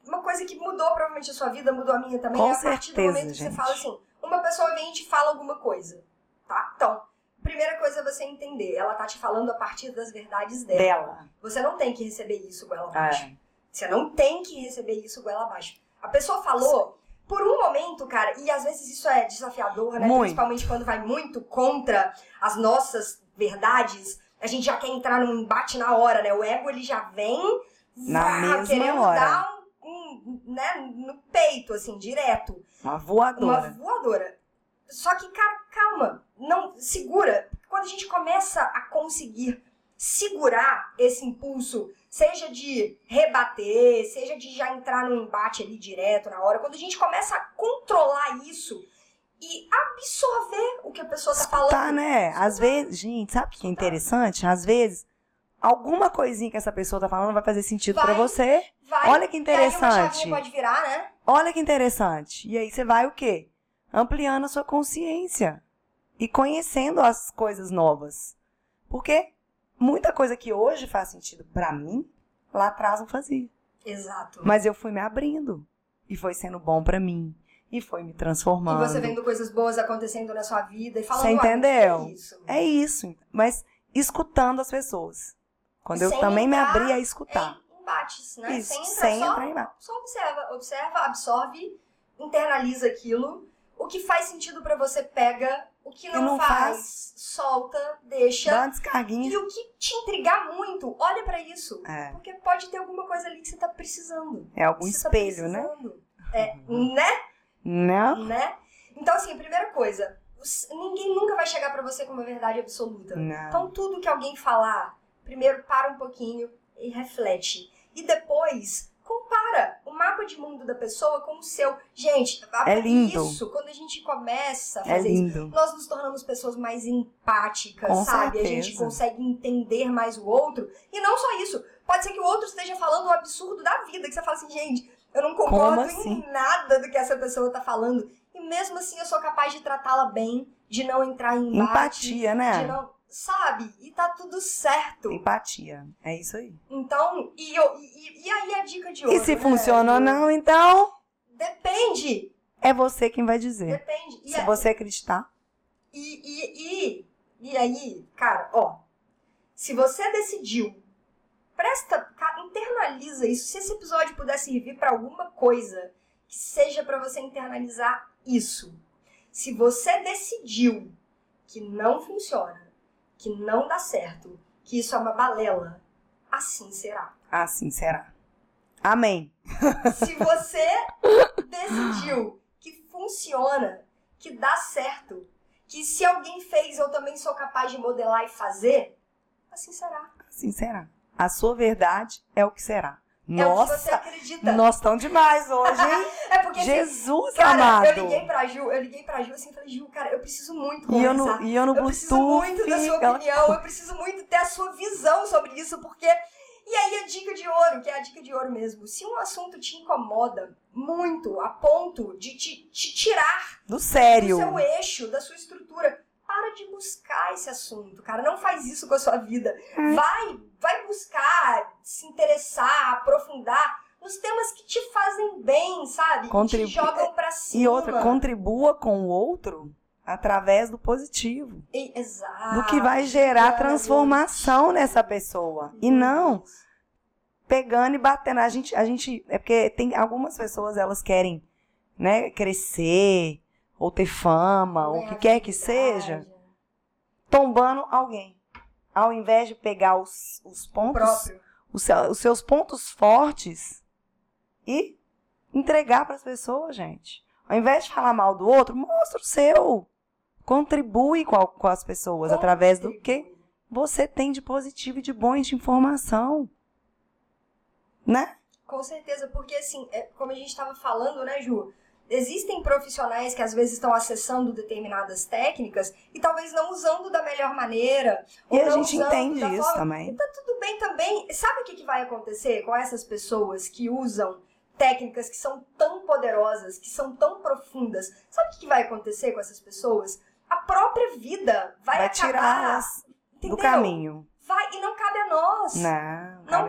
Speaker 2: uma coisa que mudou provavelmente a sua vida, mudou a minha também.
Speaker 1: Com
Speaker 2: é a partir do
Speaker 1: certeza,
Speaker 2: momento que você
Speaker 1: gente.
Speaker 2: fala assim, uma pessoa vem e te fala alguma coisa, tá? Então, primeira coisa é você entender, ela tá te falando a partir das verdades dela.
Speaker 1: Dela.
Speaker 2: Você não tem que receber isso goela abaixo.
Speaker 1: É.
Speaker 2: Você não tem que receber isso goela abaixo. A pessoa falou, por um momento, cara, e às vezes isso é desafiador, né?
Speaker 1: Muito.
Speaker 2: Principalmente quando vai muito contra as nossas verdades. A gente já quer entrar num embate na hora, né? O ego, ele já vem
Speaker 1: Na
Speaker 2: vá,
Speaker 1: mesma
Speaker 2: querendo
Speaker 1: hora.
Speaker 2: dar um, um, né, no peito, assim, direto.
Speaker 1: Uma
Speaker 2: Uma
Speaker 1: voadora.
Speaker 2: voadora. Só que, cara, calma. Não, segura. Quando a gente começa a conseguir segurar esse impulso, seja de rebater, seja de já entrar num embate ali direto na hora, quando a gente começa a controlar isso e absorver o que a pessoa tá falando.
Speaker 1: Tá, né? Às vezes, gente, sabe o que é interessante? Às vezes, alguma coisinha que essa pessoa tá falando vai fazer sentido pra
Speaker 2: Vai.
Speaker 1: você.
Speaker 2: Vai.
Speaker 1: Olha que
Speaker 2: E aí uma
Speaker 1: interessante.
Speaker 2: chavinha pode virar, né?
Speaker 1: Olha que interessante. E aí você vai o quê? Ampliando a sua consciência e conhecendo as coisas novas. Porque muita coisa que hoje faz sentido pra mim, lá atrás não fazia.
Speaker 2: Exato.
Speaker 1: Mas eu fui me abrindo e foi sendo bom pra mim e foi me
Speaker 2: E
Speaker 1: transformando.
Speaker 2: você vendo coisas boas acontecendo na sua vida e falando
Speaker 1: Você
Speaker 2: "Ah,
Speaker 1: entendeu?
Speaker 2: é isso.
Speaker 1: É isso, mas escutando as pessoas. Quando eu
Speaker 2: Sem
Speaker 1: também me
Speaker 2: entrar
Speaker 1: abri a
Speaker 2: É
Speaker 1: escutar.
Speaker 2: em embates, né?
Speaker 1: Isso,
Speaker 2: sem
Speaker 1: sem
Speaker 2: entrar, só,
Speaker 1: entrar em embate.
Speaker 2: só observa, observa, absorve, internaliza aquilo. O que faz sentido pra você pega, o que não,
Speaker 1: não
Speaker 2: faz, solta, deixa.
Speaker 1: Dá uma descarguinha.
Speaker 2: E o que te intrigar muito, olha pra isso,
Speaker 1: É,
Speaker 2: porque pode ter alguma coisa ali que você tá precisando.
Speaker 1: é algum
Speaker 2: Você
Speaker 1: espelho, né?
Speaker 2: né? É, né?
Speaker 1: Não.
Speaker 2: né? Então, assim, primeira coisa, os- ninguém nunca vai chegar pra você com uma verdade absoluta.
Speaker 1: Não.
Speaker 2: Então, tudo que alguém falar, primeiro para um pouquinho e reflete. E depois, compara o mapa de mundo da pessoa com o seu. Gente, a-
Speaker 1: É lindo.
Speaker 2: isso, quando a gente começa a
Speaker 1: É
Speaker 2: fazer isso,
Speaker 1: lindo.
Speaker 2: nós nos tornamos pessoas mais empáticas,
Speaker 1: Com
Speaker 2: sabe? A gente
Speaker 1: certeza.
Speaker 2: consegue entender mais o outro. E não só isso. Pode ser que o outro esteja falando um absurdo da vida, que você fala assim, gente, eu não concordo
Speaker 1: Como assim?
Speaker 2: em nada do que essa pessoa tá falando. E mesmo assim eu sou capaz de tratá-la bem, de não entrar em embate.
Speaker 1: Empatia, né?
Speaker 2: De não, sabe? E tá tudo certo.
Speaker 1: Empatia. É isso aí.
Speaker 2: Então, e, eu- e- e aí a dica de hoje.
Speaker 1: E se
Speaker 2: né?
Speaker 1: funciona ou não, então
Speaker 2: Depende.
Speaker 1: é você quem vai dizer.
Speaker 2: Depende. E é,
Speaker 1: Se
Speaker 2: a-
Speaker 1: você acreditar,
Speaker 2: E, e, e, e aí, cara, ó. Se você decidiu, presta, ca- internaliza isso. Se esse episódio puder servir pra alguma coisa, que seja pra você internalizar isso. Se você decidiu que não funciona, que não dá certo, que isso é uma balela, assim será.
Speaker 1: assim será. Amém.
Speaker 2: Se você decidiu que funciona, que dá certo, que se alguém fez eu também sou capaz de modelar e fazer, assim será.
Speaker 1: Assim será. A sua verdade é o que será.
Speaker 2: É o que você
Speaker 1: Nossa,
Speaker 2: acredita.
Speaker 1: nós estamos demais hoje, hein?
Speaker 2: É porque assim,
Speaker 1: Jesus
Speaker 2: cara,
Speaker 1: amado.
Speaker 2: eu liguei pra Ju, eu liguei pra Ju assim e falei, Ju, cara, eu preciso muito
Speaker 1: E
Speaker 2: conversar.
Speaker 1: eu no, e eu no
Speaker 2: Eu preciso muito da
Speaker 1: Bluetooth.
Speaker 2: sua opinião, eu preciso muito ter a sua visão sobre isso, porque. E aí a dica de ouro, que é a dica de ouro mesmo. Se um assunto te incomoda muito a ponto de te- te tirar
Speaker 1: Do sério.
Speaker 2: do seu eixo, da sua estrutura. Para de buscar esse assunto, cara. Não faz isso com a sua vida.
Speaker 1: É.
Speaker 2: Vai, vai buscar, se interessar, aprofundar nos temas que te fazem bem, sabe? Que
Speaker 1: Contribu-
Speaker 2: te jogam pra cima.
Speaker 1: E outra, contribua com o outro através do positivo.
Speaker 2: E- Exato.
Speaker 1: do que vai gerar
Speaker 2: Cara,
Speaker 1: transformação nessa pessoa. E não pegando e batendo. A gente, a gente. É porque tem algumas pessoas, elas querem, né, crescer, ou ter fama,
Speaker 2: é
Speaker 1: ou o que quer que seja, tombando alguém. Ao invés de pegar os, os
Speaker 2: O
Speaker 1: pontos,
Speaker 2: próprio.
Speaker 1: os, seu- os seus pontos fortes e entregar para as pessoas, gente. Ao invés de falar mal do outro, mostra o seu. Contribui com, a- com as pessoas através do que
Speaker 2: Contribui.
Speaker 1: você tem de positivo e de bom e de informação. Né?
Speaker 2: Com certeza, porque assim, é, como a gente estava falando, né, Ju? Existem profissionais que às vezes estão acessando determinadas técnicas e talvez não usando da melhor maneira.
Speaker 1: E
Speaker 2: ou
Speaker 1: a
Speaker 2: não
Speaker 1: gente
Speaker 2: usando
Speaker 1: entende
Speaker 2: da
Speaker 1: isso
Speaker 2: forma-
Speaker 1: também.
Speaker 2: Tá tudo bem também. Sabe o que, que vai acontecer com essas pessoas que usam técnicas que são tão poderosas, que são tão profundas? Sabe o que, que vai acontecer com essas pessoas? A própria vida vai,
Speaker 1: Vai
Speaker 2: acabar.
Speaker 1: tirar elas do
Speaker 2: entendeu?
Speaker 1: caminho. Né?
Speaker 2: Vai, e não cabe a nós.
Speaker 1: Não,
Speaker 2: Não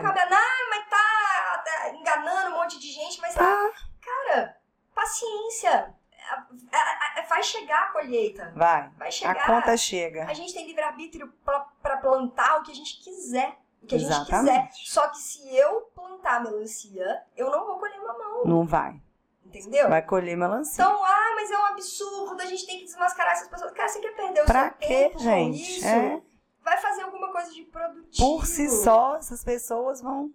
Speaker 1: cara.
Speaker 2: cabe a nós, mas tá, tá enganando um monte de gente. Mas,
Speaker 1: Tá.
Speaker 2: cara, paciência. A- a- a- Vai chegar a colheita.
Speaker 1: Vai.
Speaker 2: Vai
Speaker 1: A
Speaker 2: chegar.
Speaker 1: conta é chega.
Speaker 2: A gente tem livre-arbítrio pra pra plantar o que a gente quiser. O que a gente quiser.
Speaker 1: Exatamente.
Speaker 2: Só que se eu plantar melancia, eu não vou colher mamão,
Speaker 1: Não vai.
Speaker 2: entendeu?
Speaker 1: Vai colher melancia.
Speaker 2: Então, ah, mas é um absurdo, a gente tem que desmascarar essas pessoas. Cara, você quer perder o
Speaker 1: Pra
Speaker 2: seu
Speaker 1: quê,
Speaker 2: tempo com
Speaker 1: gente?
Speaker 2: isso?
Speaker 1: É.
Speaker 2: Vai fazer alguma coisa de produtivo.
Speaker 1: Por si só, essas pessoas vão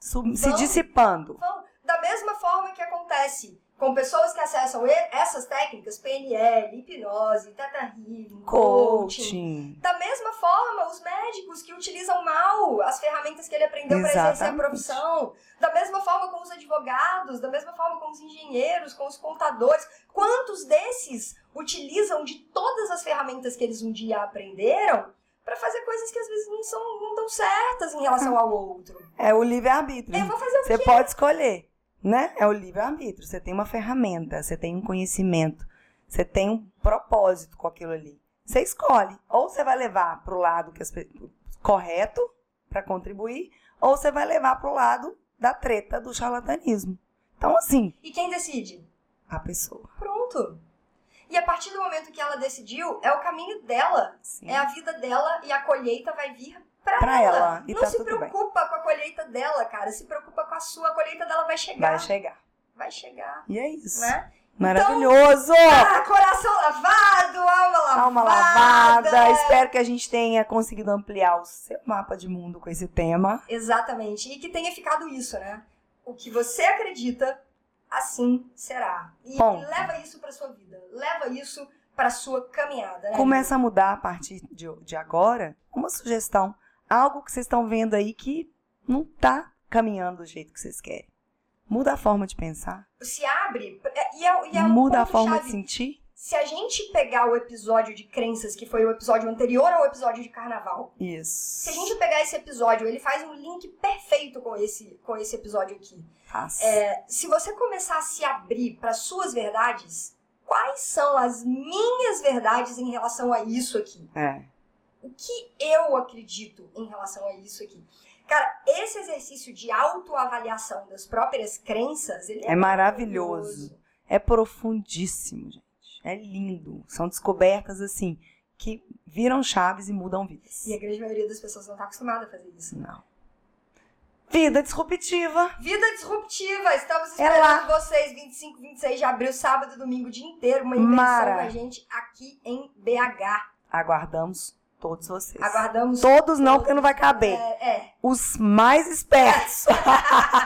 Speaker 1: sub- se
Speaker 2: Vão.
Speaker 1: dissipando.
Speaker 2: Então, da mesma forma que acontece com pessoas que acessam e- essas técnicas, PNL, hipnose, teta healing, coaching,
Speaker 1: Coaching.
Speaker 2: Da mesma forma, os médicos que utilizam mal as ferramentas que ele aprendeu para exercer a
Speaker 1: Exatamente.
Speaker 2: profissão. Da mesma forma com os advogados, da mesma forma com os engenheiros, com os contadores. Quantos desses utilizam de todas as ferramentas que eles um dia aprenderam para fazer coisas que às vezes não são não tão certas em relação ao outro?
Speaker 1: É o livre-arbítrio.
Speaker 2: Eu vou fazer o
Speaker 1: Você pode escolher, né? É o livre-arbítrio. Você tem uma ferramenta, você tem um conhecimento, você tem um propósito com aquilo ali. Você escolhe. Ou você vai levar pro lado que as pe- correto para contribuir, ou você vai levar pro lado da treta do charlatanismo. Então, assim,
Speaker 2: E quem decide?
Speaker 1: a pessoa.
Speaker 2: Pronto. E a partir do momento que ela decidiu, é o caminho dela.
Speaker 1: Sim.
Speaker 2: É a vida dela e a colheita vai vir pra,
Speaker 1: Pra
Speaker 2: ela.
Speaker 1: ela, e
Speaker 2: Não
Speaker 1: tá
Speaker 2: se
Speaker 1: tudo bem.
Speaker 2: preocupa com a colheita dela, cara. Se preocupa com a sua. A colheita dela vai chegar.
Speaker 1: Vai chegar.
Speaker 2: Vai chegar.
Speaker 1: E é isso.
Speaker 2: Né?
Speaker 1: Maravilhoso!
Speaker 2: Ah, coração lavado, alma lavada.
Speaker 1: Calma lavada. Espero que a gente tenha conseguido ampliar o seu mapa de mundo com esse tema.
Speaker 2: Exatamente. E que tenha ficado isso, né? O que você acredita, assim será. E
Speaker 1: Bom.
Speaker 2: leva isso pra sua vida. Leva isso pra sua caminhada, né?
Speaker 1: começa a mudar a partir de, de agora uma sugestão. Algo que vocês estão vendo aí que não tá caminhando do jeito que vocês querem. Muda a forma de pensar.
Speaker 2: Se abre. E é, e é um
Speaker 1: muda a
Speaker 2: ponto
Speaker 1: forma
Speaker 2: chave
Speaker 1: de sentir.
Speaker 2: Se a gente pegar o episódio de crenças, que foi o episódio anterior ao episódio de carnaval, se
Speaker 1: Isso.
Speaker 2: a gente pegar esse episódio, ele faz um link perfeito com esse, com esse episódio aqui.
Speaker 1: Faz.
Speaker 2: É, se você começar a se abrir para suas verdades, quais são as minhas verdades em relação a isso aqui?
Speaker 1: É.
Speaker 2: O que eu acredito em relação a isso aqui? Cara, esse exercício de autoavaliação das próprias crenças, ele é,
Speaker 1: É maravilhoso. É profundíssimo, gente. É lindo. São descobertas assim que viram chaves e mudam vidas.
Speaker 2: E é a grande maioria das pessoas não está acostumada a fazer isso.
Speaker 1: Não. Vida disruptiva.
Speaker 2: Vida disruptiva, estamos
Speaker 1: É
Speaker 2: esperando vocês 25, 26 de abril, sábado e domingo, o dia inteiro, uma imersão
Speaker 1: Mara.
Speaker 2: com a gente aqui em BH.
Speaker 1: Aguardamos todos vocês.
Speaker 2: Aguardamos.
Speaker 1: Todos não, porque não vai caber.
Speaker 2: É, é.
Speaker 1: os mais espertos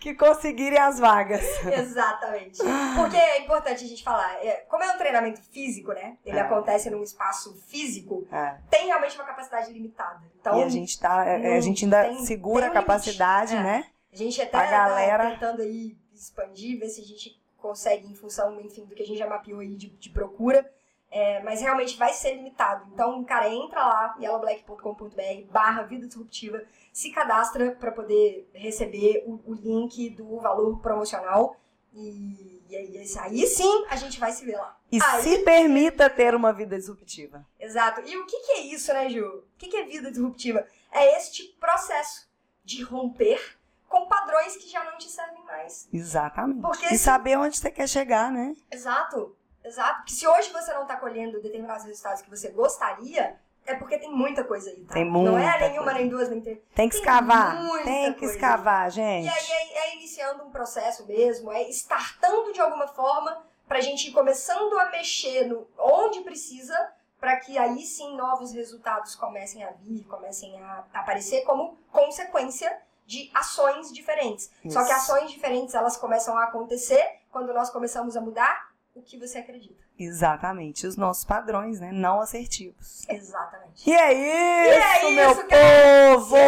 Speaker 1: que conseguirem as vagas.
Speaker 2: exatamente. Porque é importante a gente falar, é, como é um treinamento físico, né? Ele
Speaker 1: É.
Speaker 2: acontece num espaço físico, tem realmente uma capacidade limitada. É. Então,
Speaker 1: e a gente tá, é, a
Speaker 2: não
Speaker 1: gente ainda
Speaker 2: tem-
Speaker 1: segura
Speaker 2: tem um
Speaker 1: a capacidade,
Speaker 2: limite.
Speaker 1: né?
Speaker 2: a gente até
Speaker 1: a
Speaker 2: tá
Speaker 1: galera-
Speaker 2: tentando aí expandir, ver se a gente consegue em função, enfim, do que a gente já mapeou aí de, de procura. É, mas realmente vai ser limitado. Então, cara, entra lá, yellowblack.com.br barra vida disruptiva, se cadastra para poder receber o, o link do valor promocional. E, e aí, esse- aí sim a gente vai se ver lá.
Speaker 1: E
Speaker 2: Aí-
Speaker 1: se permita ter uma vida disruptiva.
Speaker 2: Exato. E o que, que é isso, né, Ju? O que, que é vida disruptiva? É este processo de romper com padrões que já não te servem mais.
Speaker 1: Exatamente.
Speaker 2: Porque
Speaker 1: e
Speaker 2: se-
Speaker 1: saber onde você quer chegar, né?
Speaker 2: Exato, exato. Que se hoje você não tá colhendo determinados resultados que você gostaria, é porque tem muita coisa aí, tá?
Speaker 1: Tem
Speaker 2: Não é
Speaker 1: muita
Speaker 2: nenhuma,
Speaker 1: coisa.
Speaker 2: nem duas, nem três.
Speaker 1: Tem que
Speaker 2: Tem
Speaker 1: escavar.
Speaker 2: muita
Speaker 1: Tem que
Speaker 2: coisa.
Speaker 1: escavar,
Speaker 2: E
Speaker 1: gente.
Speaker 2: aí é, é iniciando um processo mesmo, é startando de alguma forma pra gente ir começando a mexer no onde precisa pra que aí sim novos resultados comecem a vir, comecem a aparecer como consequência de ações diferentes. Só
Speaker 1: Isso.
Speaker 2: que ações diferentes elas começam a acontecer quando nós começamos a mudar o que você acredita.
Speaker 1: Exatamente, os nossos padrões, né? Não assertivos.
Speaker 2: Exatamente.
Speaker 1: E é isso,
Speaker 2: isso, é
Speaker 1: meu
Speaker 2: Se esse
Speaker 1: povo!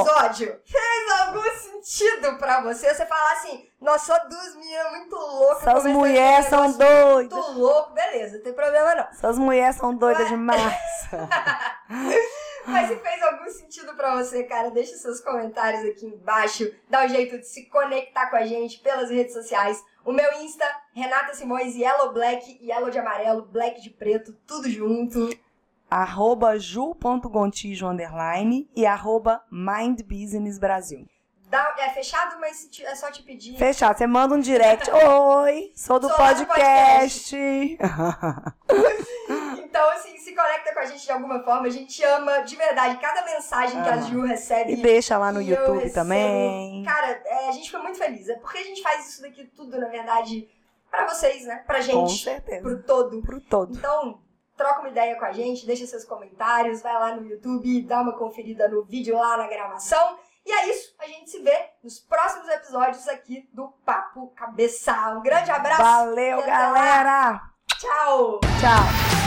Speaker 2: episódio fez algum sentido pra você, você falar assim, nossa, só duas meninas muito loucas.
Speaker 1: Essas
Speaker 2: conversando com um
Speaker 1: mulheres são
Speaker 2: negócio
Speaker 1: doidas!
Speaker 2: muito louco, beleza, não tem problema não.
Speaker 1: Essas mulheres são doidas demais! Ah.
Speaker 2: Mas se fez algum sentido pra você, cara, deixa seus comentários aqui embaixo. Dá um jeito de se conectar com a gente pelas redes sociais. O meu Insta, Renata Simões, Yellow Black, Yellow de amarelo, Black de preto, tudo junto.
Speaker 1: arroba ju.gontijo underline e arroba Mind Business Brasil.
Speaker 2: Dá- é fechado, mas se ti- é só te pedir.
Speaker 1: Fechado, você manda um direct. Oi, sou do
Speaker 2: Sou lá do
Speaker 1: podcast.
Speaker 2: Então, assim, se conecta com a gente de alguma forma. A gente ama de verdade cada mensagem que a
Speaker 1: Ama.
Speaker 2: Ju recebe.
Speaker 1: e deixa lá no
Speaker 2: E eu
Speaker 1: YouTube
Speaker 2: recebo-
Speaker 1: também.
Speaker 2: Cara, é, a gente fica muito feliz. É porque a gente faz isso daqui tudo, na verdade, pra vocês, né? Pra
Speaker 1: Com
Speaker 2: gente,
Speaker 1: certeza.
Speaker 2: pro todo.
Speaker 1: Pro todo.
Speaker 2: Então, troca uma ideia com a gente, deixa seus comentários, vai lá no YouTube, dá uma conferida no vídeo lá na gravação. E é isso, a gente se vê nos próximos episódios aqui do Papo Cabeça. Um grande abraço,
Speaker 1: Valeu,
Speaker 2: até lá.
Speaker 1: galera!
Speaker 2: tchau!
Speaker 1: Tchau!